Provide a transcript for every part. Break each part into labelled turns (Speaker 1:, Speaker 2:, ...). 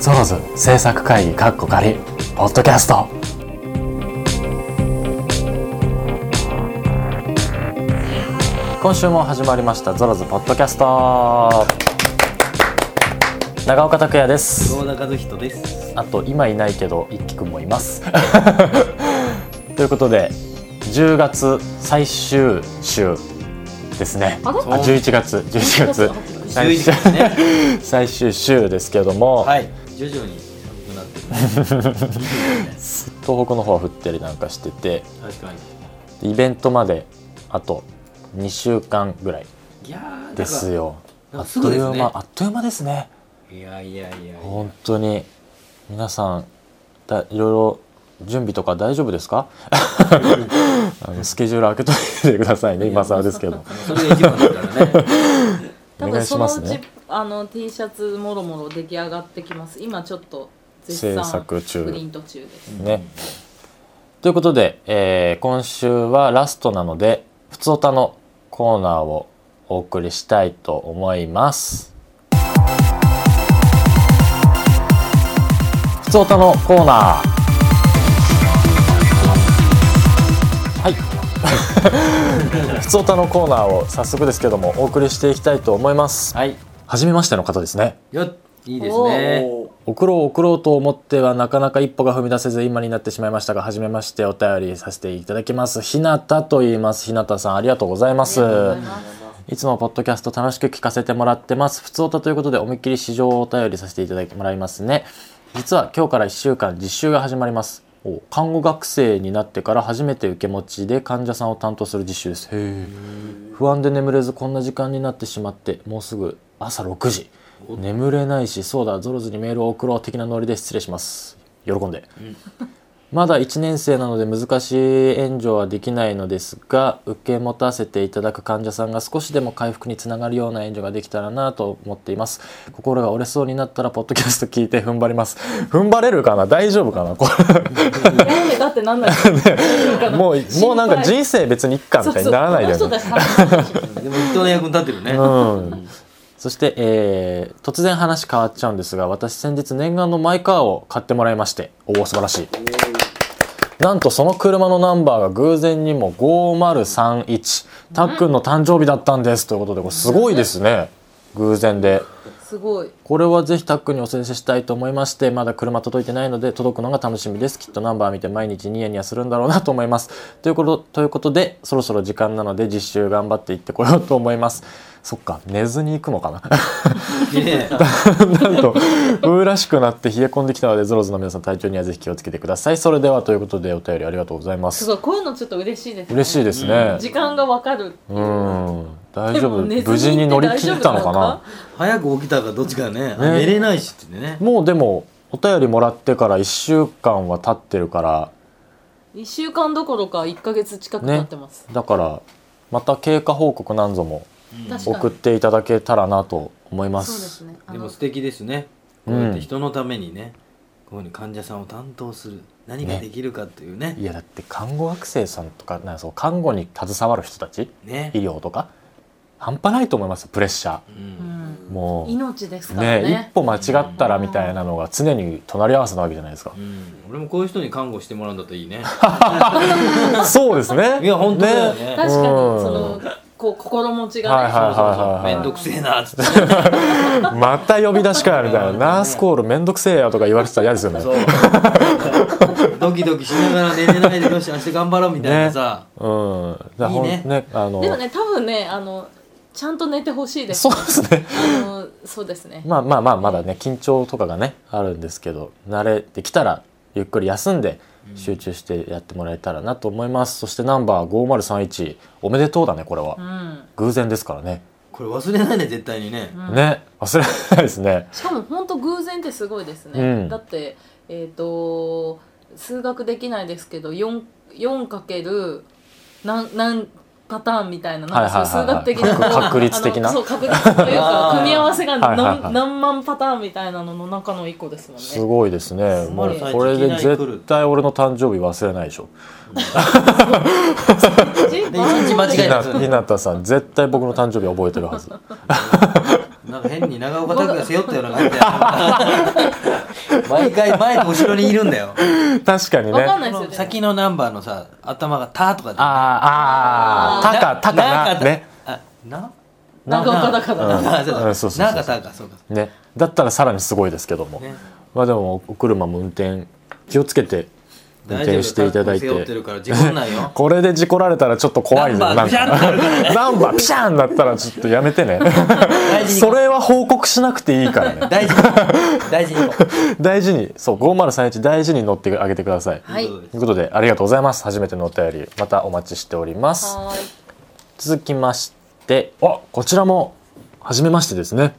Speaker 1: ゾロズ制作会議かっこ仮ポッドキャスト今週も始まりましたゾロズポッドキャスト長岡拓也です
Speaker 2: 野田和人です。
Speaker 1: あと今いないけど一輝くんもいます ということで10月最終週ですねあ
Speaker 3: あれ
Speaker 1: 11月11月
Speaker 2: 11ですね。
Speaker 1: 最終週ですけども、
Speaker 2: はい。徐々に寒くなってる。
Speaker 1: 東北の方は降ったりなんかしてて
Speaker 2: 確かに。
Speaker 1: イベントまであと2週間ぐらい
Speaker 2: いやー
Speaker 1: です。よ
Speaker 2: なん
Speaker 1: あ
Speaker 2: か
Speaker 1: っ
Speaker 2: す
Speaker 1: と
Speaker 2: ぐ
Speaker 1: い
Speaker 2: です
Speaker 1: う
Speaker 2: ね
Speaker 1: 間あっという間ですね
Speaker 2: だからいやいやいやいや。
Speaker 1: 本当に皆さんだいろいろ準備とか大丈夫ですか あのスケジュール開けといてくださいね今更ですけど
Speaker 2: それが一番だからね。
Speaker 1: お
Speaker 3: 多
Speaker 1: 願
Speaker 3: 分
Speaker 1: いし
Speaker 3: そ
Speaker 1: ま
Speaker 3: の
Speaker 1: す
Speaker 3: う
Speaker 1: ね
Speaker 3: ちあの T シャツもろもろ出来上がってきます今ちょっと絶
Speaker 1: 制
Speaker 3: 賛
Speaker 1: 作中
Speaker 3: プリント中です
Speaker 1: ね。ということで、えー今週はラストなので、ふつおたのコーナーをお送りしたいと思います。ふつおたのコーナー。はい。 ふつおたのコーナーを早速ですけども、お送りしていきたいと思います。
Speaker 2: はい。
Speaker 1: はじめましての方ですね。
Speaker 2: よっいいですね。
Speaker 1: 送ろう送ろうと思ってはなかなか一歩が踏み出せず今になってしまいましたが初めましてお便りさせていただきますひなたと言いますひなたさんありがとうございます
Speaker 3: ありがとうございます
Speaker 1: いつもポッドキャスト楽しく聞かせてもらってます。普通歌ということで思いっきり試乗をお便りさせていただいてもらいますね。実は今日から1週間実習が始まります。お看護学生になってから初めて受け持ちで患者さんを担当する実習です。へえ不安で眠れずこんな時間になってしまって、もうすぐ朝6時。眠れないし、そうだ、ゾロズにメールを送ろう的なノリで失礼します。喜んで。まだ1年生なので難しい援助はできないのですが受け持たせていただく患者さんが少しでも回復につながるような援助ができたらなと思っています心が折れそうになったらポッドキャスト聞いて踏ん張ります 踏ん張れるかな大丈夫かなこ
Speaker 3: なんでだってなんないか
Speaker 1: れ
Speaker 3: ら
Speaker 1: もうもうなんか人生別にいっかみたいにならないで
Speaker 3: そう
Speaker 1: よ
Speaker 3: そ
Speaker 1: ね
Speaker 3: うこの人たち楽しいでしょ
Speaker 2: でも人の役に立ってるね。
Speaker 1: うんそして、えー突然話変わっちゃうんですが私先日念願のマイカーを買ってもらいましておお素晴らしいなんとその車のナンバーが偶然にも5031たっくんの誕生日だったんですということでこれすごいですね偶然です
Speaker 3: ごい
Speaker 1: これはぜひタックにお勧めしたいと思いまして、まだ車届いてないので、届くのが楽しみです。きっとナンバー見て毎日ニヤニヤするんだろうなと思います。ということ、ということで、そろそろ時間なので実習頑張っていってこようと思います。そっか、寝ずに行くのかな
Speaker 2: ね
Speaker 1: なんと、冬らしくなって冷え込んできたので、ゾロズの皆さん体調にはぜひ気をつけてください。それでは、ということでお便りありがとうございますす。
Speaker 3: ごいこういうのちょっと嬉しいですね
Speaker 1: 嬉しいですね。
Speaker 3: 時間がわかる
Speaker 1: うん。大
Speaker 3: で
Speaker 1: 丈
Speaker 3: も
Speaker 1: 夫。
Speaker 3: 寝
Speaker 1: 無
Speaker 3: ず
Speaker 1: 事に
Speaker 3: に行
Speaker 1: 乗
Speaker 3: って
Speaker 1: り
Speaker 3: 大
Speaker 1: 切
Speaker 3: 丈夫
Speaker 1: ったのかな
Speaker 2: 早く起きたかどっちかね。
Speaker 1: ね
Speaker 2: 寝れないしってね。
Speaker 1: もうでも、お便りもらってから1週間は経ってるから、
Speaker 3: 1週間どころか1ヶ月近くなってます、
Speaker 1: だからまた経過報告何度も
Speaker 3: 確かに
Speaker 1: 送っていただけたらなと思いま
Speaker 3: そうですすねあ
Speaker 2: で
Speaker 3: の
Speaker 2: も素敵ですね。こうやって人のためにね、こういうふうに患者さんを担当する何ができるかっていうね。
Speaker 1: いやだって看護学生さんとかなんかそう看護に携わる人たち
Speaker 2: ね
Speaker 1: 医。療とか半端ないと思いますよプレッシャ
Speaker 2: う。
Speaker 3: うんん、
Speaker 1: もう
Speaker 3: 命です
Speaker 1: ー
Speaker 3: から
Speaker 1: ね
Speaker 3: ね
Speaker 1: 一歩間違ったらみたいなのが常に隣り合わせなわけじゃないですか
Speaker 2: うん。俺もこういう人に看護してもらうんだったらいいね。
Speaker 1: そうですね
Speaker 2: いや本当だよね
Speaker 3: 確かに
Speaker 1: うん
Speaker 3: そのこう心持ちがね、
Speaker 1: はいはいはいはいはい
Speaker 2: めんどくせえな っつって。
Speaker 1: また呼び出しかよみたいなナースコールめんどくせえやとか言われてたら嫌ですよね
Speaker 2: そうドキドキしながら寝れないでよし明日頑張ろうみたいなさ、
Speaker 1: うんだからほん
Speaker 2: いいね
Speaker 1: ねあの
Speaker 3: でもね多分ねあのちゃんと寝てほしいです
Speaker 1: そうですね
Speaker 3: あのそうですね
Speaker 1: まあまあまあまだね緊張とかがねあるんですけど慣れてきたらゆっくり休んで集中してやってもらえたらなと思います、そしてナンバー5031おめでとうだねこれは、
Speaker 3: うん
Speaker 1: 偶然ですからね、
Speaker 2: これ忘れないね絶対にね、
Speaker 3: うん
Speaker 1: ね忘れないですね
Speaker 3: しかも本当偶然ってすごいですね、
Speaker 1: うん
Speaker 3: だってえっ、と数学できないですけど 4, 4かける何何パターンみたいななんかそういう
Speaker 1: はい
Speaker 3: 数
Speaker 1: はいはいはい
Speaker 3: 学的な
Speaker 1: 確
Speaker 3: こう
Speaker 1: 確率的な
Speaker 3: あのそう確率という
Speaker 2: あ
Speaker 3: か
Speaker 2: ー
Speaker 3: 組み合わせが
Speaker 1: はい
Speaker 3: 何,、
Speaker 1: はいはい
Speaker 3: 何万パターンみたいなのの中の1個ですもんね
Speaker 1: すごいですね
Speaker 2: す
Speaker 1: も
Speaker 2: ご
Speaker 1: う
Speaker 2: い
Speaker 1: これで絶対俺の誕生日忘れないでしょ
Speaker 3: 一
Speaker 2: で一日間違
Speaker 1: ひ
Speaker 2: えた
Speaker 1: なひなたさん絶対僕の誕生日覚えてるはず
Speaker 2: なんか変に長岡拓が背負ったような感じだよ 毎回前と後ろにいるんだよ
Speaker 1: 確かに
Speaker 3: わ
Speaker 1: ね
Speaker 3: かん
Speaker 1: あ
Speaker 3: ないで
Speaker 2: こ
Speaker 3: すよ
Speaker 2: の
Speaker 3: ね
Speaker 2: 先のナンバーのさ頭が「タ」とかで
Speaker 1: あああ
Speaker 2: な
Speaker 1: ータカタカ
Speaker 2: ん
Speaker 1: な
Speaker 2: か
Speaker 1: ね
Speaker 2: あな
Speaker 3: 長岡だから
Speaker 1: うん
Speaker 2: あそう
Speaker 1: う
Speaker 2: だ
Speaker 1: んそうそうそう
Speaker 2: なんかタカそうか
Speaker 1: ねだったらさらにすごいですけども、
Speaker 2: ね
Speaker 1: まあでもお車も運転気をつけて運
Speaker 2: 大丈夫
Speaker 1: 転していただいて
Speaker 2: 背負ってるから事故んない よ
Speaker 1: これで事故られたらちょっと怖いね
Speaker 2: ナンバー
Speaker 1: なんか ナンバーピシャーンだったらちょっとやめてね
Speaker 2: 大事に
Speaker 1: それは報告しなくていいからね
Speaker 2: 大事に大事に行こう
Speaker 1: 大事にそう5031大事に乗ってあげてください、
Speaker 3: はい
Speaker 2: とうことで
Speaker 1: ということでありがとうございます初めてのお便りまたお待ちしております
Speaker 3: はーい
Speaker 1: 続きましてあこちらも初めましてですね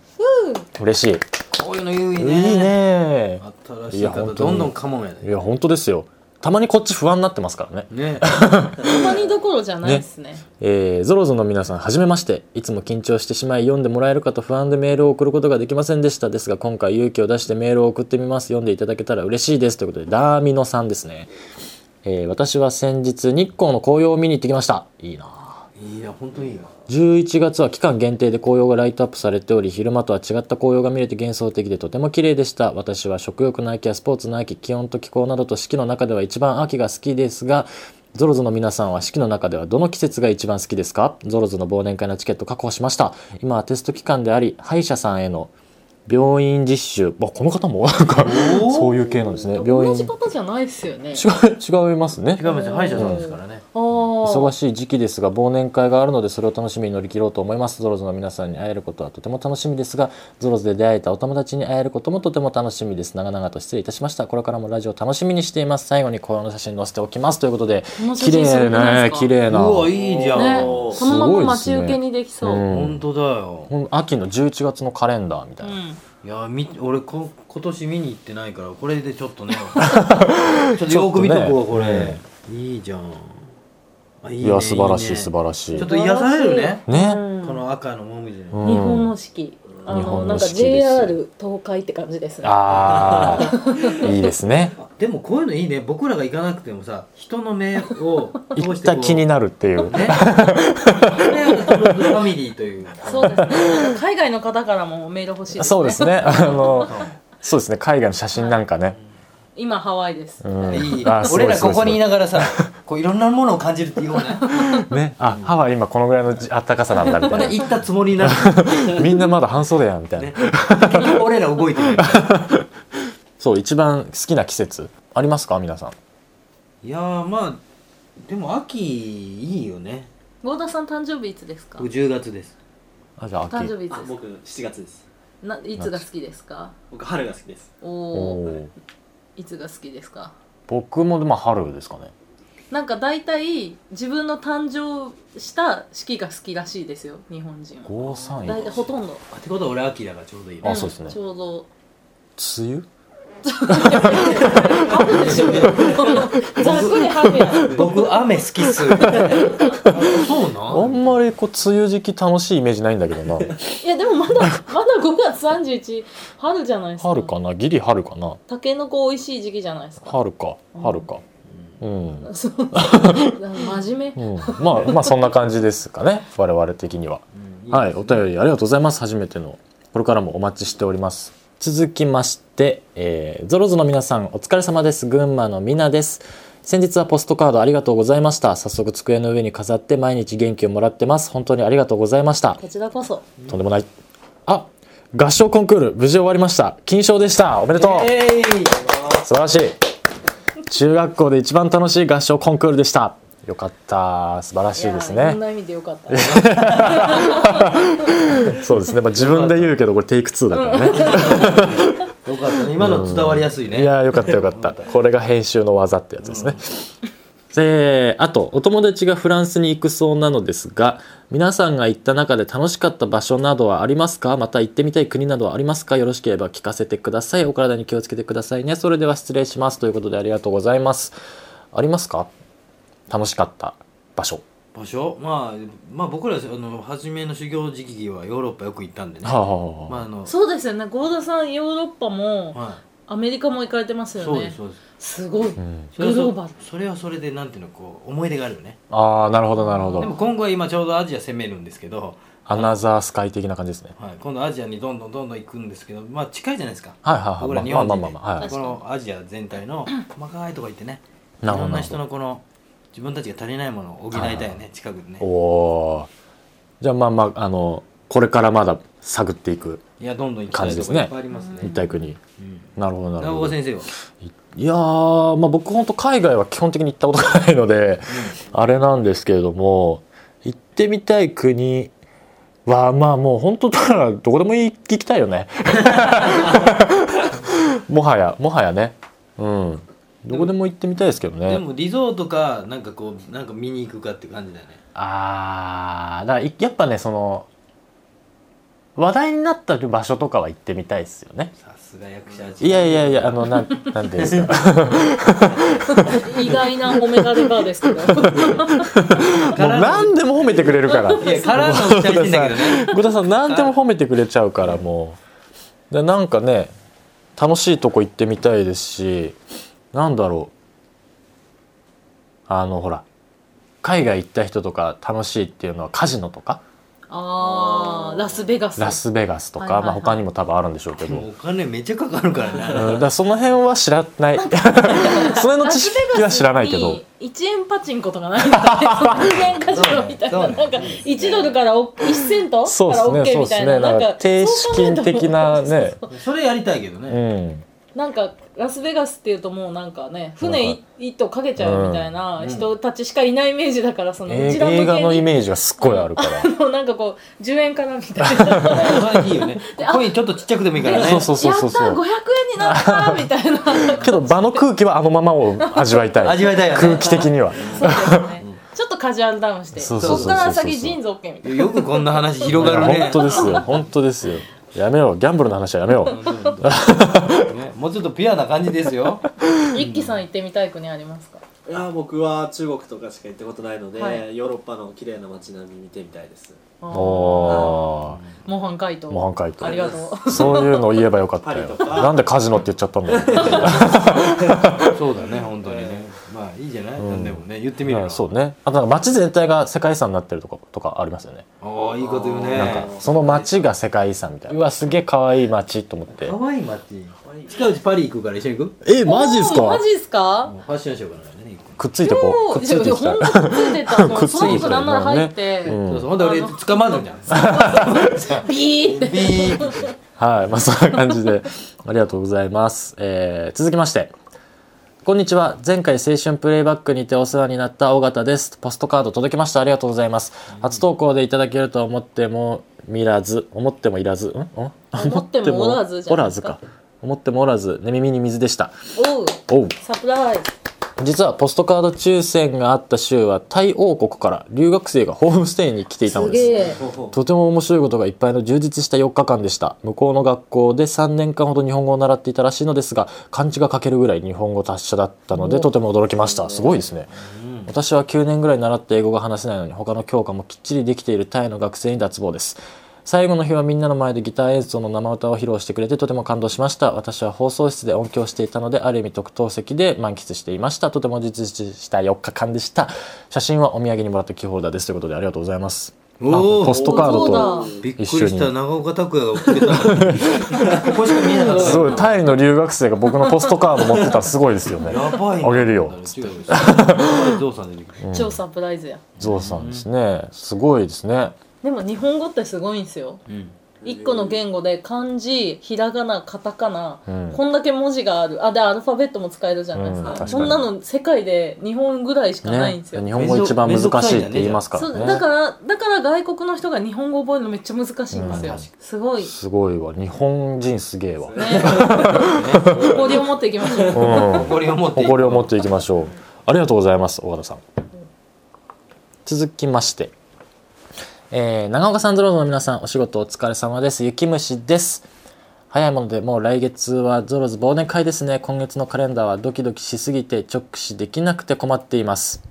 Speaker 1: 嬉しい
Speaker 2: こういうの言う
Speaker 1: い
Speaker 2: い
Speaker 1: い
Speaker 2: ね
Speaker 1: ね
Speaker 2: 新し
Speaker 1: い
Speaker 2: い
Speaker 1: や本
Speaker 2: 方
Speaker 1: 当に
Speaker 2: どんどんかもめ
Speaker 1: いや本当ですよたまにこっち不安になってますからね
Speaker 2: ね
Speaker 3: たまにどころじゃないですね
Speaker 1: えーゾロゾの皆さん、はじめまして。いつも緊張してしまい、読んでもらえるかと不安でメールを送ることができませんでした。ですが、今回勇気を出してメールを送ってみます。読んでいただけたら嬉しいです。ということで、ダーミノさんですね。えー私は先日、日光の紅葉を見に行ってきました。いいなぁ
Speaker 2: いいや本当にいいよ
Speaker 1: 11月は期間限定で紅葉がライトアップされており昼間とは違った紅葉が見れて幻想的でとても綺麗でした私は食欲の秋やスポーツの秋気温と気候などと四季の中では一番秋が好きですがゾロゾの皆さんは四季の中ではどの季節が一番好きですかゾロゾの忘年会のチケット確保しました今はテスト期間であり歯医者さんへの病院実習あこの方も なんか
Speaker 2: おー
Speaker 1: そういう系なんですね病
Speaker 3: 同
Speaker 1: 院
Speaker 3: じ方じゃないですよね
Speaker 1: 違う違いますね
Speaker 2: 違う別に歯医者さんですからね
Speaker 3: あー
Speaker 1: 忙しい時期ですが忘年会があるのでそれを楽しみに乗り切ろうと思いますゾロゾの皆さんに会えることはとても楽しみですがゾロゾで出会えたお友達に会えることもとても楽しみです長々と失礼いたしましたこれからもラジオ楽しみにしています最後にこの写真載せておきますということで
Speaker 3: この写
Speaker 1: 綺
Speaker 3: 真す
Speaker 1: 麗
Speaker 3: ごくない
Speaker 1: ね
Speaker 3: ですか
Speaker 1: 綺麗
Speaker 2: う
Speaker 1: な
Speaker 2: わいいじゃん
Speaker 3: ね、このまま待ち受けにできそう、
Speaker 1: うん
Speaker 2: 本当だよ
Speaker 1: ほん秋の11月のカレンダーみたいな、
Speaker 3: うん
Speaker 2: いやみ俺こ今年見に行ってないからこれでちょっ とねちょっとよく見とこうこれ、いいじゃんあい
Speaker 1: いや素晴らしい素
Speaker 2: ら
Speaker 1: 晴らしい
Speaker 2: ちょっと癒されるね
Speaker 1: ね、
Speaker 3: うん
Speaker 2: この赤のもみじ
Speaker 1: う
Speaker 2: の、
Speaker 1: ん
Speaker 3: 日本の四季あ
Speaker 1: 日
Speaker 3: の
Speaker 1: 本の
Speaker 3: なんか
Speaker 1: 四季です
Speaker 3: JR 東海って感じですね
Speaker 1: ああ いいですね
Speaker 2: あでもこういうのいいね僕らが行かなくてもさ人の目 を
Speaker 1: 行
Speaker 2: 通
Speaker 1: っ
Speaker 2: してこ
Speaker 1: た
Speaker 2: う
Speaker 1: 気になるっていう
Speaker 2: ねこれがトロントファミリーという
Speaker 3: そうですね海外の方からもメール欲しいですね
Speaker 1: そうですねあのそうですね海外の写真なんかね、
Speaker 3: 今ハワイで
Speaker 1: う
Speaker 3: す、
Speaker 1: ん
Speaker 2: いい
Speaker 1: あすごい
Speaker 2: 俺らここにい
Speaker 1: す
Speaker 2: ながらさ こういろんなものを感じるっていうよう ね
Speaker 1: ごいねあハワイ今このぐらいのじ暖かさなんだみ
Speaker 2: ま
Speaker 1: た
Speaker 2: だ
Speaker 1: い
Speaker 2: 行ったつもりになる
Speaker 1: なみんなまだ半袖やんみたいな、
Speaker 2: ね結局俺ら動いてる
Speaker 1: そう一番好きな季節ありますか皆さん
Speaker 2: いやーまあでも秋いいよね
Speaker 3: 郷田さん誕生日いつですか
Speaker 2: 僕10月です
Speaker 1: あじゃあ秋
Speaker 3: 誕生日いつ
Speaker 4: あ
Speaker 3: ですか
Speaker 4: 僕7月です
Speaker 3: ないつが好きですか
Speaker 4: 僕春が好きです
Speaker 3: お
Speaker 1: お
Speaker 3: おー
Speaker 1: おー
Speaker 3: いつが好きですか
Speaker 1: 僕もでも春ですかね
Speaker 3: なんか大体自分の誕生した式が好きらしいですよ日本人は
Speaker 1: 五三
Speaker 3: 大体ほとんど
Speaker 2: あってことは俺秋だからちょうどいいね
Speaker 1: あそうですね
Speaker 3: んちょうど
Speaker 1: 梅雨
Speaker 3: あるでしょうよざっくりハや
Speaker 2: 僕雨 好きっすそう
Speaker 1: あ
Speaker 2: なん
Speaker 1: んまりこう梅雨時期楽しいイメージないんだけどな
Speaker 3: いやでもまだまだ5月31春じゃないですか
Speaker 1: 春かなギリ春かな
Speaker 3: たけのこ美味しい時期じゃないで すか
Speaker 1: 春か春かうん、
Speaker 3: そう真面
Speaker 1: う
Speaker 3: 目
Speaker 1: ん、まあまあそんな感じですかね我々的にははい、お便りありがとうございます。初めての。これからもお待ちしております。続きまして、えーゾロゾの皆さん、お疲れ様です。群馬のみなです。先日はポストカードありがとうございました。早速机の上に飾って毎日元気をもらってます。本当にありがとうございました。
Speaker 3: こちらこそ
Speaker 1: とんでもない。あ、合唱コンクール、無事終わりました。金賞でした。おめでとう。
Speaker 2: え
Speaker 1: 素晴らしい。中学校で一番楽しい合唱コンクールでした。よかった。素晴らしいです
Speaker 3: や
Speaker 1: ね
Speaker 3: ろん。な意味でよかった
Speaker 1: そうですね。まあ、自分で言うけど、これテイク2だからね。
Speaker 2: ー、よかったね今の伝わりやすいね
Speaker 1: いやーよかったよかっ たこれが編集の技ってやつですね、であとお友達がフランスに行くそうなのですが皆さんが行った中で楽しかった場所などはありますかまた行ってみたい国などはありますかよろしければ聞かせてくださいお体に気をつけてくださいねそれでは失礼しますということでありがとうございますありますか楽しかった場所
Speaker 2: 場所まあまあ僕らあの初めの修行時期はヨーロッパよく行ったんでね
Speaker 1: は
Speaker 2: まああの
Speaker 3: そうですよね郷田さんヨーロッパも
Speaker 2: は
Speaker 3: アメリカも行かれてます
Speaker 2: い
Speaker 3: よ
Speaker 2: そうで
Speaker 3: ね
Speaker 2: すそうです
Speaker 3: すごい
Speaker 1: うん、
Speaker 2: それは
Speaker 3: グローバル
Speaker 2: そそれはそれでなんていうのこう思い出があるよね
Speaker 1: ああなるほどなるほ
Speaker 2: で
Speaker 1: ど
Speaker 2: も今後は今ちょうどアジア攻めるんですけど
Speaker 1: アナザースカイ的な感じですね。
Speaker 2: はい、今度アジアにどんどんどんどん行くんですけどまあ近いじゃないですか
Speaker 1: はいはい
Speaker 2: 僕
Speaker 1: は
Speaker 2: ら
Speaker 1: い。
Speaker 2: 日
Speaker 1: まあ
Speaker 2: 本
Speaker 1: まあ
Speaker 2: 人
Speaker 1: ま
Speaker 2: で
Speaker 1: あまあ。はい。
Speaker 2: このアジア全体の細かいとこ行ってねい
Speaker 1: なるほど
Speaker 2: ろん
Speaker 1: なるほ
Speaker 2: な人
Speaker 1: ど。
Speaker 2: のこの自分たちが足りないものを補いたいよね近くでね
Speaker 1: おおー。じゃあまあまああのこれからまだ探っていく
Speaker 2: いやどんどん行きた
Speaker 1: 感
Speaker 2: い
Speaker 1: じ
Speaker 2: と
Speaker 1: です
Speaker 2: こい
Speaker 1: ね
Speaker 2: っぱいありますね
Speaker 1: 一体国。
Speaker 2: うん
Speaker 1: なるほどなる
Speaker 2: 長
Speaker 1: ほ
Speaker 2: 岡
Speaker 1: ど。
Speaker 2: 先生はい
Speaker 1: やーまあ僕本当海外は基本的に行ったことがないので、 あれなんですけれども行ってみたい国はまあもう本当だからどこでも行きたいよ ね もはやもはやねうんどこでも行ってみたいですけどね
Speaker 2: でもリゾートかなんかこうなんか見に行くかって感じだよね
Speaker 1: ああだからいやっぱねその話題になった場所とかは行ってみたいですよね
Speaker 2: さすが役者
Speaker 1: いやいやいやあのなんなんていうんです か
Speaker 3: 意外な褒められバーですけど
Speaker 1: もう何でも褒めてくれる から
Speaker 2: いやからの期待してんだけどね
Speaker 1: 福田さん何でも褒めてくれちゃうからもうでなんかね楽しいとこ行ってみたいですしなんだろうあのほら海外行った人とか楽しいっていうのはカジノとか
Speaker 3: ああラスベガス
Speaker 1: ラスベガスとか、
Speaker 3: はいはいは
Speaker 1: ま
Speaker 3: い
Speaker 1: あ、他にも多分あるんでしょうけど、
Speaker 2: もうお金めっちゃかかるからね
Speaker 1: うんだからその辺は知らない その辺の知識は知らないけど
Speaker 3: 1円パチンコとかないんかね1円カジノみたい
Speaker 2: そう
Speaker 3: な
Speaker 2: ね
Speaker 3: なんか1ドルからお1セントか
Speaker 1: そうで
Speaker 3: ら
Speaker 1: すねそう
Speaker 3: OK
Speaker 1: で
Speaker 3: みた
Speaker 1: すね
Speaker 3: いな
Speaker 1: な
Speaker 3: な
Speaker 1: ん
Speaker 3: ん
Speaker 1: か
Speaker 3: か
Speaker 1: 低資
Speaker 3: そう考え
Speaker 1: 金
Speaker 3: たら
Speaker 1: 的なね
Speaker 2: それやりたいけど
Speaker 1: う
Speaker 2: ね
Speaker 1: ん
Speaker 3: なんかラスベガスっていうともうなんかね船い一頭かけちゃうみたいな人たちしかいないイメージだからその
Speaker 1: え
Speaker 3: 一
Speaker 1: ー
Speaker 3: 覧
Speaker 1: 映画のイ
Speaker 3: ージ
Speaker 1: メージがすっごいあるから。
Speaker 3: なんかこう10円からみたいな
Speaker 2: それいいよねコインちょっとちっちゃくでもいいからね
Speaker 1: そうそうそうそうそう
Speaker 3: やったー500円になったーみたいな
Speaker 1: けど場の空気はあのままを味わいたい
Speaker 2: 味わいたいよね
Speaker 1: 空気的には
Speaker 3: そうですねちょっとカジュアルダウンして
Speaker 1: そ
Speaker 3: そう
Speaker 1: そうそうそう
Speaker 3: っから先ジーンズ OK みたい
Speaker 2: よくこんな話広がる
Speaker 1: 本
Speaker 2: ね
Speaker 1: 当ですよ本当ですよやめようギャンブルの話はやめよう
Speaker 2: ねもうちょっとピュアな感じですよ
Speaker 3: な一輝さん行ってみたい国ありますか
Speaker 4: いや僕は中国とかしか行ったことないので、
Speaker 3: はい
Speaker 4: ヨーロッパの綺麗な街並み見てみたいです
Speaker 3: あー
Speaker 1: お
Speaker 3: 模範解答
Speaker 1: ー模範解
Speaker 3: あり
Speaker 1: 答
Speaker 3: がと
Speaker 1: そういうのを言えばよかったよ
Speaker 4: パリとか
Speaker 1: なんでカジノって言っちゃったん だよ、
Speaker 2: そうだね本当にねまあいいじゃない
Speaker 1: うん
Speaker 2: でもね言ってみれ
Speaker 1: う
Speaker 2: ば
Speaker 1: ん、そうねあとなんか街全体が世界遺産になってるとことかありますよね
Speaker 2: おおいいこと言う
Speaker 4: ええ
Speaker 1: なん
Speaker 2: ね
Speaker 1: かその街が世界遺産みたいなうわすげえ可愛い街と思って
Speaker 2: 可愛い街近いうちパリ行くから一緒に行く
Speaker 1: え
Speaker 3: う
Speaker 1: マジっすか
Speaker 3: おーマジっすか
Speaker 2: もうファッションショーからね行く
Speaker 1: くっついてこ
Speaker 3: お
Speaker 1: う
Speaker 3: ー
Speaker 1: くっついてき
Speaker 3: いや
Speaker 1: た
Speaker 3: いやほんとくっついてた も
Speaker 1: くっ
Speaker 3: う
Speaker 1: つ
Speaker 3: そ
Speaker 1: い
Speaker 3: の
Speaker 1: てきた
Speaker 3: 子なんなら入って、
Speaker 1: うん
Speaker 2: そうそうほんで俺
Speaker 3: あの
Speaker 2: 捕まるじゃん
Speaker 3: ビーって
Speaker 2: ビ ーン
Speaker 1: はい、まあそんな感じで ありがとうございます。えー続きまして。こんにちは。前回青春プレイバックにてお世話になった尾形です。ポストカード届きました。ありがとうございます。初投稿でいただけるとは思ってもみらず、思ってもいらず、んん思
Speaker 3: ってもおらずじゃないです
Speaker 1: お
Speaker 3: か
Speaker 1: らずか思ってもおらず、寝耳に水でした。
Speaker 3: おう
Speaker 1: おう。
Speaker 3: サプライズ
Speaker 1: 実はポストカード抽選があった週はタイ王国から留学生がホームステイに来ていたの
Speaker 3: す
Speaker 1: です。
Speaker 3: げえ
Speaker 1: とても面白いことがいっぱいの充実した4日間でした向こうの学校で3年間ほど日本語を習っていたらしいのですが漢字が書けるぐらい日本語達者だったのでとても驚きましたすごいですね私は9年ぐらい習って英語が話せないのに他の教科もきっちりできているタイの学生に脱帽です最後の日はみんなの前でギター演奏の生歌を披露してくれてとても感動しました私は放送室で音響していたのである意味特等席で満喫していましたとても充実した4日間でした写真はお土産にもらったキーホルダーですということでありがとうございますあ
Speaker 2: おー
Speaker 1: ポストカード
Speaker 3: そう
Speaker 1: と
Speaker 3: だ
Speaker 2: びっくりした長岡拓也が送ってたここしか見えなかった
Speaker 1: すごいタイの留学生が僕のポストカード持ってたらすごいですよね。
Speaker 2: やばい
Speaker 1: あげるよ
Speaker 2: 違う違うやばいゾウさん出てくる
Speaker 3: 超サプライズや
Speaker 1: ゾウさんですね。すごいですね。
Speaker 3: でも日本語ってすごいんですよ
Speaker 2: うん
Speaker 3: 一個の言語で漢字ひらがなカタカナ、
Speaker 1: うん
Speaker 3: こんだけ文字があるあでアルファベットも使えるじゃないです
Speaker 1: うん
Speaker 3: か,、
Speaker 1: 確かに
Speaker 3: そんなの世界で日本ぐらいしかないん
Speaker 1: ね
Speaker 3: ですよ、
Speaker 1: 日本語一番難しいって言いますか
Speaker 3: そう
Speaker 1: ら
Speaker 3: だ
Speaker 1: ね。
Speaker 3: からだから外国の人が日本語覚えるのめっちゃ難しいんですよ、
Speaker 2: うん
Speaker 3: すごい、ね、
Speaker 1: すごいわ。日本人すげえわ。
Speaker 3: 誇りを持っていきましょう
Speaker 1: うん。
Speaker 2: 誇りを持って
Speaker 1: 誇りを持っていきましょう。ありがとうございます、尾形さん。続きまして。えー長岡さん、ゾロゾの皆さん、お仕事お疲れ様です。雪虫です。早いものでもう来月はゾロズ忘年会ですね。今月のカレンダーはドキドキしすぎて直視できなくて困っています。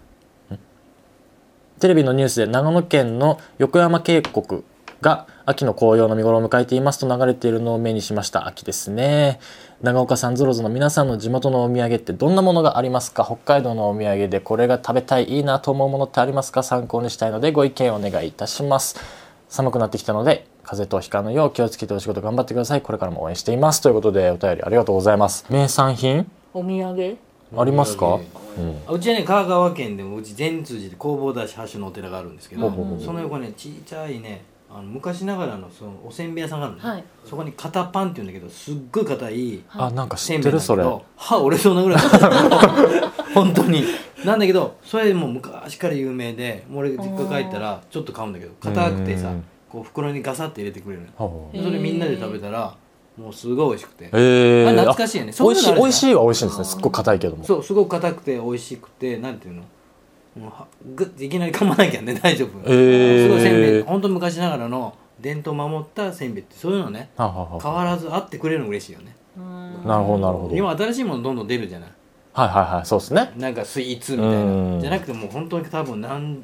Speaker 1: テレビのニュースで長野県の横山渓谷が秋の紅葉の見頃を迎えていますと流れているのを目にしました秋ですね長岡さんぞろぞの皆さんの地元のお土産ってどんなものがありますか北海道のお土産でこれが食べたいいいなと思うものってありますか参考にしたいのでご意見お願いいたします寒くなってきたので風邪とひかぬよう気をつけてお仕事頑張ってくださいこれからも応援していますということでお便りありがとうございます名産品
Speaker 3: お土産
Speaker 1: ありますか、
Speaker 4: うん
Speaker 2: あうちはね香川県でもうち善通寺で工房出し橋のお寺があるんですけど、
Speaker 1: ほうほうほう
Speaker 2: その横ねちっちゃいねあの昔ながらのそのおせんべい屋さんがあるの、
Speaker 3: はい
Speaker 2: そこに片パンって言うんだけどすっごい硬い
Speaker 1: あなんか知
Speaker 2: せ
Speaker 1: っ
Speaker 2: んべ
Speaker 1: て
Speaker 2: い
Speaker 1: る
Speaker 2: なんだけ
Speaker 1: それ
Speaker 2: ど歯折れそうなぐらい硬 い本当になんだけどそれもう昔から有名でもう俺実家帰ったらちょっと買うんだけど硬くてさ
Speaker 1: うん
Speaker 2: こう袋にガサッて入れてくれるの
Speaker 1: ほう
Speaker 2: それみんなで食べたらもうすごい美味しくて、
Speaker 1: えー、
Speaker 2: あ懐かしいよね
Speaker 1: あ美味しい美味
Speaker 2: い
Speaker 1: しいは美味しいんですねすっごい硬いけども
Speaker 2: そうすごく硬くて美味しくてなんていうのもうはぐっていきなり噛まなきゃね 大丈夫、
Speaker 1: えー
Speaker 2: すごいせんべい本当昔ながらの伝統を守ったせんべいってそういうのね
Speaker 1: はあはあは
Speaker 2: 変わらずあってくれるの嬉しいよね
Speaker 3: うん
Speaker 1: あなるほどなるほど
Speaker 2: 今新しいものどんどん出るじゃない
Speaker 1: はいはいはいそうですね
Speaker 2: なんかスイーツみたい
Speaker 1: うん
Speaker 2: なじゃなくてもう本当に多分何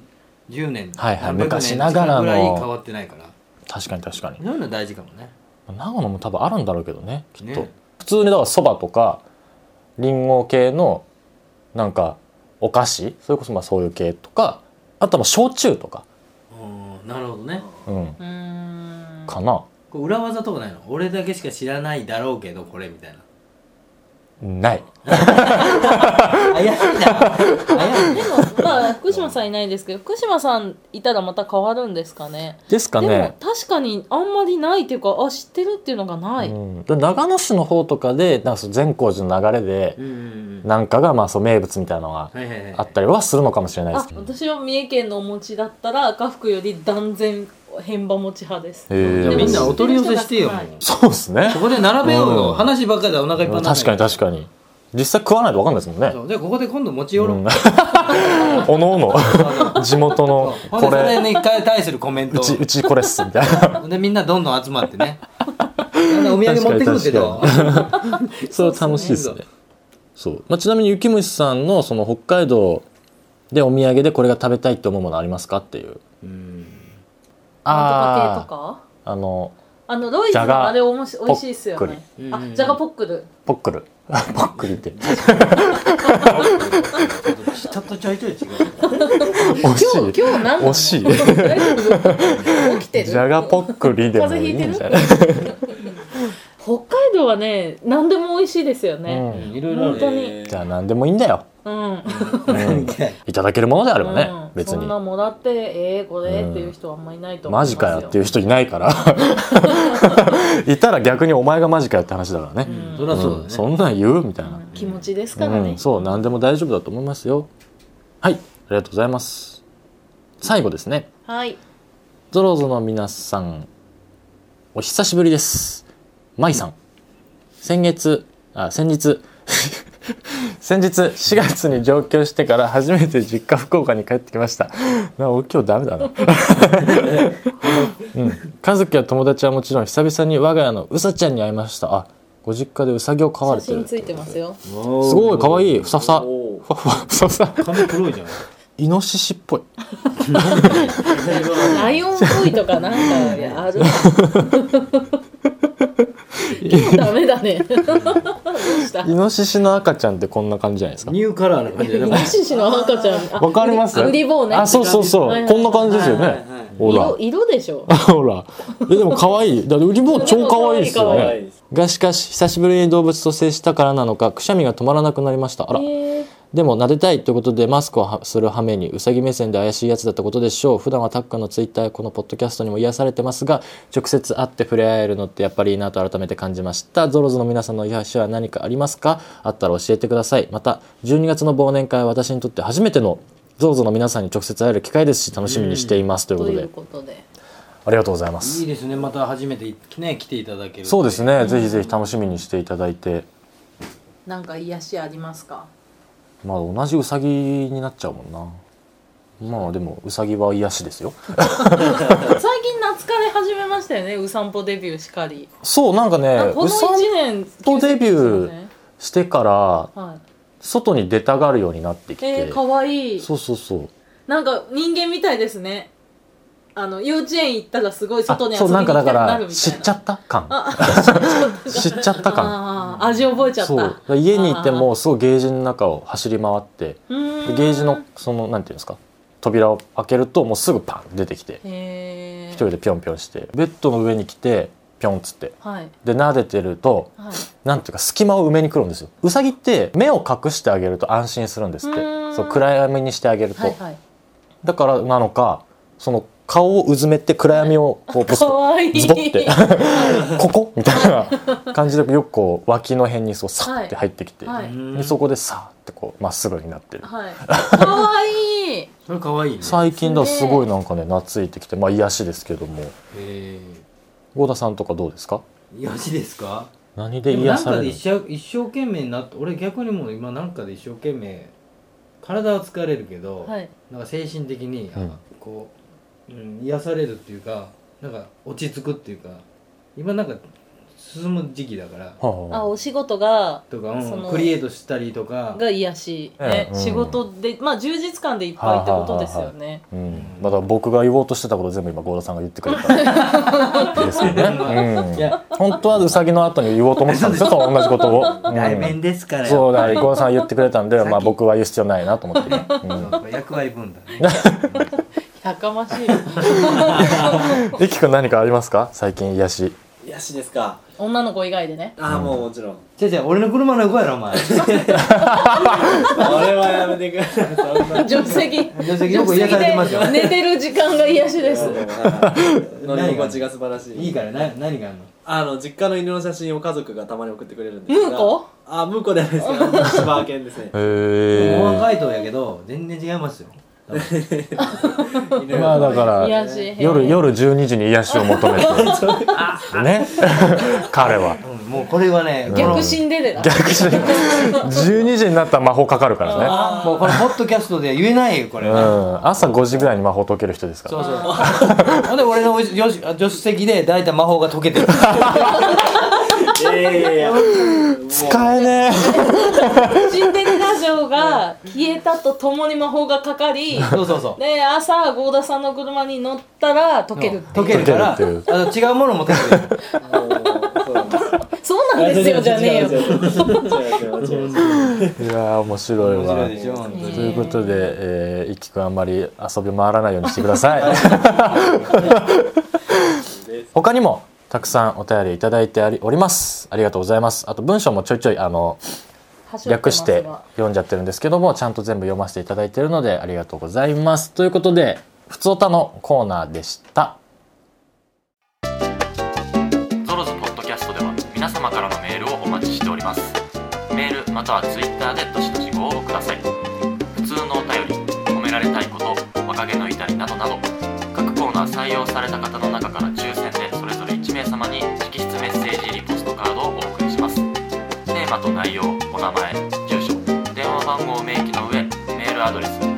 Speaker 2: 十年、
Speaker 1: はいはい
Speaker 2: 何百年
Speaker 1: 昔ながらの
Speaker 2: ぐらい変わってないから
Speaker 1: 確かに確かに
Speaker 2: そういうの大事かもね
Speaker 1: 長野も多分あるんだろうけどねきっと、
Speaker 2: ね
Speaker 1: 普通にだからそばとかりんご系のなんかお菓子それこそまあそういう系とかあとはまあ焼酎とか、
Speaker 2: うんなるほどね
Speaker 1: うん、
Speaker 3: うん
Speaker 1: かな
Speaker 2: こう裏技とかないの俺だけしか知らないだろうけどこれみたいな
Speaker 1: ない
Speaker 2: 怪しいな怪しい
Speaker 3: でもまあ福島さんいないですけど福島さんいたらまた変わるんですかね
Speaker 1: ですか
Speaker 3: でも
Speaker 1: ね
Speaker 3: 確かにあんまりないっていうかあ知ってるっていうのがない、
Speaker 1: うん、で長野市の方とかでなんかその善光寺の流れで
Speaker 2: うんうんうん
Speaker 1: なんかがまあその名物みたいなのが
Speaker 2: はいはいはい
Speaker 1: あったりはするのかもしれないで
Speaker 3: あ
Speaker 1: すけど、
Speaker 3: 私は三重県のお餅だったら赤福より断然変場餅派です
Speaker 1: へー
Speaker 2: じゃあみんなお取り寄せしてよ
Speaker 3: はい
Speaker 2: もう
Speaker 1: そうですね
Speaker 2: そこで並べよう
Speaker 1: うん
Speaker 2: よ話ばっかりでお腹いっぱいにな
Speaker 1: 確かに確
Speaker 2: か
Speaker 1: かに実際食わないと分かんないですもんね
Speaker 2: にじゃあここで今度持ち寄ろう、
Speaker 1: うん おのおの地元の
Speaker 2: ほんで
Speaker 1: こ
Speaker 2: それ
Speaker 1: れ
Speaker 2: に対するコメン
Speaker 1: う
Speaker 2: ト
Speaker 1: ちうちこれっすみたいな
Speaker 2: でみんなどんどん集まってねみんなお土産持ってくるけど
Speaker 1: それ楽しいですねそう、まあ、ちなみに雪虫さんのその北海道でお土産でこれが食べたいって思うものありますかっていう
Speaker 2: うん
Speaker 3: なんと
Speaker 1: あ
Speaker 3: か系とか
Speaker 1: ーあの
Speaker 3: あのロイズ
Speaker 1: じゃが
Speaker 3: のあれおもし美味しいですよ
Speaker 2: ぽ
Speaker 3: ね
Speaker 2: っくり
Speaker 3: あじゃがポックル
Speaker 1: ポックル ポックルって
Speaker 2: ちょっとちょいちょい違う
Speaker 1: 惜し
Speaker 3: 今日
Speaker 1: い
Speaker 3: 今日何なの
Speaker 1: 惜しい
Speaker 3: 大丈夫起き てる
Speaker 1: じゃがポックリでも
Speaker 3: 風
Speaker 1: いい
Speaker 3: 邪ひいてる
Speaker 1: んじゃない、
Speaker 3: 北海道はね何でも美味しいですよ
Speaker 1: う
Speaker 3: ね
Speaker 1: ん、
Speaker 2: いろいろあ
Speaker 3: 本当に
Speaker 4: えー
Speaker 1: じゃあ何でもいいんだよ、
Speaker 3: うん、
Speaker 1: うん、いただけるものであればね、
Speaker 3: うん
Speaker 1: 別
Speaker 3: そ
Speaker 1: に
Speaker 3: んなもらってええこれっていう人はあんまいないと思
Speaker 1: マ
Speaker 3: います
Speaker 1: ジ
Speaker 3: よ
Speaker 1: かよっていう人いないからいたら逆にお前がマジかよって話だから
Speaker 2: る
Speaker 1: ね、
Speaker 2: そりゃそうだね、
Speaker 1: んそんなん言うみたいな、
Speaker 3: うん気持ちですからね、
Speaker 1: うん、そう何でも大丈夫だと思いますよはいありがとうございます最後ですね
Speaker 3: はい
Speaker 1: ゾロゾの皆さんお久しぶりですマイさん先月あ先日 先日4月に上京してから 初めて実家福岡に帰ってきましたなお今日ダメだな、 うん、家族や友達はもちろん久々に我が家のうさちゃんに会いましたあご実家でうさぎを飼われ
Speaker 3: 写
Speaker 1: てる
Speaker 3: 真ついてますよ
Speaker 2: す
Speaker 1: すごい可愛いふさふさ
Speaker 4: おー
Speaker 1: ふわふわふさふさ
Speaker 2: 髪黒いじゃん
Speaker 1: イノシシっぽい
Speaker 3: ライオンっぽいとかなんかある今日ダメだねどうした
Speaker 1: イノシシの赤ちゃんってこんな感じじゃないですか
Speaker 2: ニューカラーな感じ
Speaker 3: イ
Speaker 2: で
Speaker 3: ノシシの赤ちゃん あ
Speaker 1: わかります
Speaker 3: ウリボーね
Speaker 1: あそうそうそう、
Speaker 3: はいはい
Speaker 1: こんな感じですよね、
Speaker 4: はいはいはい
Speaker 1: ほら
Speaker 3: 色色でしょ
Speaker 1: ほら。え、でも可愛い。だってウリボウ超可愛いですよ
Speaker 3: 可
Speaker 1: ね。がしかし、久しぶりに動物と接したからなのか、くしゃみが止まらなくなりました。あら。
Speaker 3: えー
Speaker 1: でも、撫でたいということで、マスクをはする羽目に、うさぎ目線で怪しいやつだったことでしょう。普段はタッカのツイッターやこのポッドキャストにも癒されてますが、直接会って触れ合えるのってやっぱりいいなと改めて感じました。ゾロゾの皆さんの癒しは何かありますかあったら教えてください。また、12月の忘年会は私にとって初めてのゾロゾの皆さんに直接会える機会ですし、楽しみにしています。ということ
Speaker 3: とい
Speaker 1: で
Speaker 3: う、ことで
Speaker 1: ありがとうございます
Speaker 2: いい。ですねまた初めてね来ていただける
Speaker 1: そうですね、ぜひぜひ楽しみにしていただいて
Speaker 3: なんか癒しありますか
Speaker 1: まあ同じウサギになっちゃうもんなまあでもウサギは癒しですよ
Speaker 3: 最近夏枯れ始めましたよねうさんぽデビューしかり、
Speaker 1: そうなんかね
Speaker 3: あこ
Speaker 1: う
Speaker 3: の
Speaker 1: さん
Speaker 3: 1年
Speaker 1: ぽデビュー
Speaker 3: 急速ですよね
Speaker 1: してから
Speaker 3: はい
Speaker 1: 外に出たがるようになってきて、
Speaker 3: えー、かわいい
Speaker 1: そうそうそう
Speaker 3: なんか人間みたいですねあの幼稚園行ったらすごい外に
Speaker 1: あ
Speaker 3: 遊
Speaker 1: そ
Speaker 3: び
Speaker 1: う
Speaker 3: に
Speaker 1: な
Speaker 3: 行
Speaker 1: んか
Speaker 3: きたく
Speaker 1: だか
Speaker 3: なる
Speaker 1: ら
Speaker 3: み
Speaker 1: 知
Speaker 3: たい
Speaker 1: っ
Speaker 3: な
Speaker 1: ちゃった感知っちゃった感
Speaker 3: あー味覚えちゃった
Speaker 1: そうだから家にいてもすごいゲージの中を走り回って
Speaker 3: うーん
Speaker 1: でゲージのそのなんていうんですか扉を開けるともうすぐパン出てきて
Speaker 3: へえ
Speaker 1: 一人でぴょんぴょんしてベッドの上に来てぴょんっつって
Speaker 3: はい
Speaker 1: で撫でてると
Speaker 3: はい
Speaker 1: なんていうか隙間を埋めに来るんですよウサギって目を隠してあげると安心するんですって
Speaker 3: うーん
Speaker 1: そう暗闇にしてあげると、
Speaker 3: はいはい
Speaker 1: だからなのかその顔をうずめて暗闇をこうブス
Speaker 3: か
Speaker 1: ッ
Speaker 3: わいい
Speaker 1: ズボってここ みたいな感じでよくこう脇の辺にそうサッて入ってきて、
Speaker 3: はいはい
Speaker 1: でそこでさーってこうまっすぐになってる
Speaker 3: はいかわいい
Speaker 2: それ可愛いね
Speaker 1: 最近だとすごいなんかね懐いてきてまあ癒しですけども
Speaker 2: え
Speaker 1: 郷田さんとかどうですか
Speaker 2: ー、癒しですか
Speaker 1: 何で
Speaker 2: でも
Speaker 1: 癒
Speaker 2: なん
Speaker 1: さ
Speaker 2: か
Speaker 1: れ
Speaker 2: で
Speaker 1: る
Speaker 2: 一生一生懸命になって俺逆にもう今なんかで一生懸命体は疲れるけど、
Speaker 3: はい
Speaker 2: なんか精神的に、
Speaker 1: うん
Speaker 2: あこう、うん、癒されるっていうかなんか落ち着くっていうか今なんか進む時期だから
Speaker 1: はあ
Speaker 3: あお仕事が
Speaker 2: とか、う
Speaker 3: その
Speaker 2: ん、クリエイトしたりとか
Speaker 3: が癒し、ね
Speaker 1: うん
Speaker 3: 仕事でまあ充実感でいっぱいってことですよね、
Speaker 1: うん、まだ僕が言おうとしてたこと全部今郷田さんが言ってくれ たですよ
Speaker 2: い
Speaker 1: ね、
Speaker 2: や
Speaker 1: うん、本当はウサギの後に言おうと思ってたんですよと同じことを、うん
Speaker 2: 内面ですから
Speaker 1: そうだから
Speaker 2: やっ
Speaker 1: 郷田さん言ってくれたんで、
Speaker 2: 先
Speaker 1: まあ、僕は言う必要ないなと思って ね、う
Speaker 2: ぱり
Speaker 1: ん
Speaker 2: やっぱ役割分だね
Speaker 3: やかましい
Speaker 1: いきくん何かありますか最近癒し
Speaker 4: 癒しですか
Speaker 3: 女の子以外でね
Speaker 4: ああもうもちろん
Speaker 2: じゃじゃ俺の車の横やろお 前
Speaker 4: 俺はやめてくださいそんな
Speaker 3: 助手席
Speaker 2: 助手席よく癒されてますよ
Speaker 3: 助手席で寝てる時間が癒しです
Speaker 4: 乗り心地が素晴らしい
Speaker 2: いいからな何があんの
Speaker 4: あの実家の犬の写真を家族がたまに送ってくれるんです
Speaker 3: ムーコ
Speaker 4: あムーコではないですけ ど柴犬ですね
Speaker 1: へえ
Speaker 2: 模範解答やけど全然違いますよ多分
Speaker 4: 犬
Speaker 1: まあだから
Speaker 3: 癒し
Speaker 1: 夜夜12時に癒しを求 めてね 彼は
Speaker 2: うんもうこれはね
Speaker 3: 逆シンデレラ
Speaker 1: 逆に12時になったら魔法かかるからね
Speaker 2: あもうこれポッドキャストでは言えないよこれ、
Speaker 1: うん朝5時ぐらいに魔法解ける人ですから
Speaker 2: そうそうほんで俺のお助手助手席で大体魔法が解けてる
Speaker 4: いやいやいやい やもう
Speaker 1: 使えね
Speaker 3: シンデレラ城が消えたとともに魔法がかかり
Speaker 2: そうそうそう
Speaker 3: で朝郷田さんの車に乗ったら溶けるってい
Speaker 2: 解
Speaker 3: う
Speaker 2: けるから
Speaker 1: 解けるって
Speaker 2: あの違うものも解けてる
Speaker 4: もうそう
Speaker 3: そう
Speaker 4: なんです
Speaker 3: なんですよじゃねえよ
Speaker 1: えいやー面白い
Speaker 2: 面白
Speaker 1: わ
Speaker 2: いでしょ本当
Speaker 1: と
Speaker 2: に
Speaker 1: いうことで、えー、いきくんあんまり遊び回らないようにしてください他にもたくさんお便りいただいてありおりますありがとうございますあと文章もちょいちょいあの
Speaker 3: 端折っ
Speaker 1: 略
Speaker 3: てます
Speaker 1: し
Speaker 3: が
Speaker 1: て読んじゃってるんですけどもちゃんと全部読ませていただいてるのでありがとうございますということで「ふつおた」のコーナーでしたゾロズポッドキャストでは皆様からのメールをお待ちしておりますメールまたはツイッターでどしどしご応募ください普通のお便り褒められたいこと若気の至りなどなど各コーナー採用された方の中から抽選でそれぞれ1名様に直筆メッセージリポストカードをお送りしますテーマと内容お名前住所電話番号を明記の上メールアドレス古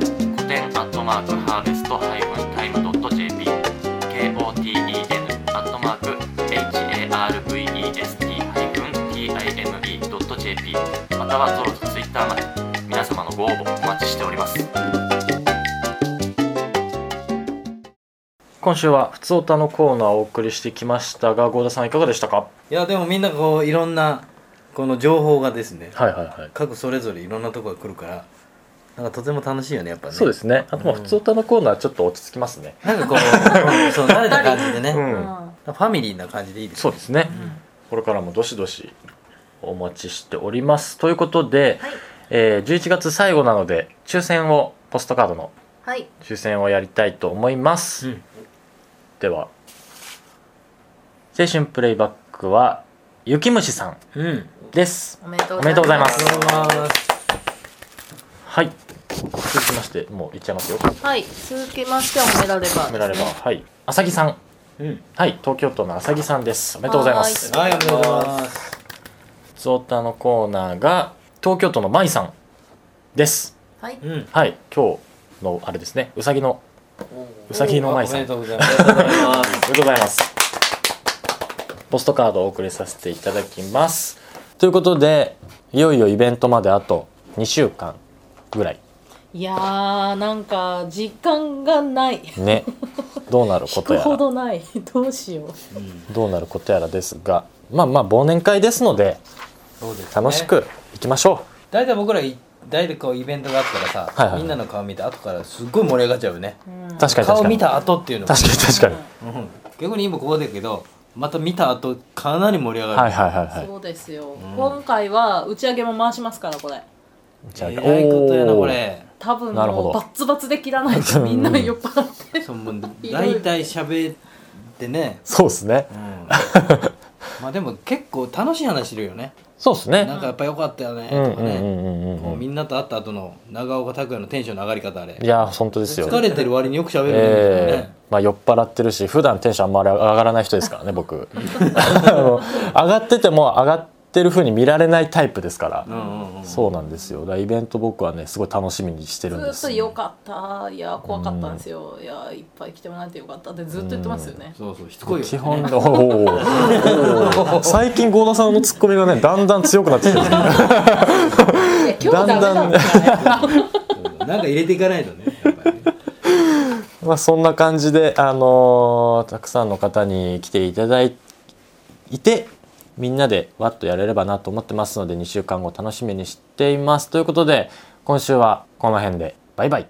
Speaker 1: 典アットマークハーベストハイフンタイムドット JP KOTEN アットマーク HARVEST ハイフン TIME ドット JP またはゾロとツイッターまで皆様のご応募お待ちしております今週は「ふつおた」のコーナーをお送りしてきましたが郷田さんいかがでしたか
Speaker 2: いやでもみんなこういろんなこの情報がですね
Speaker 1: はいはいはい
Speaker 2: 各それぞれいろんなとこが来るからなんかとても楽しいよねやっぱね
Speaker 1: そうですね。あとまあ普通歌のコーナーちょっと落ち着きますね。
Speaker 2: なんかこううんそう慣れた感じでね、
Speaker 1: う
Speaker 3: うんん
Speaker 2: ファミリーな感じでいいですね
Speaker 1: そうですね。これからもどしどしお待ちしております。ということで、
Speaker 3: はい
Speaker 1: えー11月最後なので抽選をポストカードの
Speaker 3: はい
Speaker 1: 抽選をやりたいと思います。
Speaker 2: うん
Speaker 1: では青春プレイバックは雪虫さん
Speaker 2: うん
Speaker 1: です。
Speaker 3: おめでとう
Speaker 1: おめでとうございます
Speaker 2: ありがとうございます
Speaker 1: はい。続きましてもういっちゃいますよ。
Speaker 3: はい続きましては褒められばですね
Speaker 1: 褒められばはい。あさぎさん
Speaker 2: うん
Speaker 1: はい東京都のあさぎさんです。おめでとうございます。
Speaker 2: はいありがとうございます
Speaker 1: ゾータのコーナーが東京都のまいさんです
Speaker 3: はい
Speaker 2: うん
Speaker 1: はい今日のあれですねうさぎのうさぎのまいさん
Speaker 2: お
Speaker 1: あ
Speaker 2: め
Speaker 1: り
Speaker 2: で
Speaker 1: が
Speaker 2: とうございます
Speaker 1: とうございますポストカードをお送りさせていただきますということでいよいよイベントまであと2週間ぐらい
Speaker 3: いやーなんか時間がない
Speaker 1: ねどうなるこ
Speaker 3: 聞
Speaker 1: と
Speaker 3: く
Speaker 1: や
Speaker 3: ほ
Speaker 1: ら
Speaker 3: どない どうしよう
Speaker 1: どうなることやらですがまあまあ忘年会ですので
Speaker 2: そうですね
Speaker 1: 楽しくいきましょ
Speaker 2: 大体僕らい誰かをイベントがあったらさ、
Speaker 1: はいはい
Speaker 2: みんなの顔見て後からすっごい盛り上がっちゃうよね
Speaker 3: うん
Speaker 1: 確かに確
Speaker 2: 顔
Speaker 1: か
Speaker 2: 見
Speaker 1: に。
Speaker 2: た後っていうのが
Speaker 1: 確かに確かに。
Speaker 2: うん逆に今ここだけどまた見た後かなり盛り上
Speaker 1: は
Speaker 2: がる、
Speaker 1: いはいはいはい。
Speaker 3: そうですよ、今回は打ち上げも回しますからこれ
Speaker 1: じゃあ
Speaker 2: えらいことやなこれ
Speaker 3: 多分
Speaker 1: なるほ
Speaker 3: も
Speaker 1: ど
Speaker 3: うバッツバツで切らないとみんな酔っ払って
Speaker 2: そうもう大体喋っ てね、
Speaker 1: そうですね
Speaker 2: う。ん、まあでも結構楽しい話してるよね
Speaker 1: そうです
Speaker 2: な
Speaker 1: ね。
Speaker 2: んかやっぱ良かったよね
Speaker 1: うん
Speaker 2: と
Speaker 1: う
Speaker 2: か
Speaker 1: んう
Speaker 2: ね
Speaker 1: んうん
Speaker 2: こ
Speaker 1: う。
Speaker 2: うんみんなと会った後の長岡拓也のテンションの上がり方あれ
Speaker 1: いやー、本当ですよ。
Speaker 2: 疲れてる割によく喋るんだよ
Speaker 1: ええ
Speaker 2: ね
Speaker 1: まあ酔っ払ってるし普段テンションあんまり上がらない人ですからね僕 あの上がってても上がってる風に見られないタイプですから、
Speaker 2: うんうんうん
Speaker 1: そうなんですよだからイベント僕はねすごい楽しみにしてるんで
Speaker 3: ず
Speaker 1: す
Speaker 3: っとよかったいや怖かったんですよ、いやいっぱい来てもらってよかったってずっと言ってますよね、
Speaker 2: そうそうしつこいよね
Speaker 1: 基本のおーおー最近郷田さんのツッコミがねだんだん強くなってきてる
Speaker 3: いや今日ダメだ
Speaker 1: だん
Speaker 3: っ
Speaker 1: だ
Speaker 3: たね
Speaker 2: うんなんか入れていかないとねやっぱりね
Speaker 1: まあそんな感じで、あのーたくさんの方に来ていただいてみんなでわっとやれればなと思ってますので2週間後楽しみにしていますということで今週はこの辺でバイバイ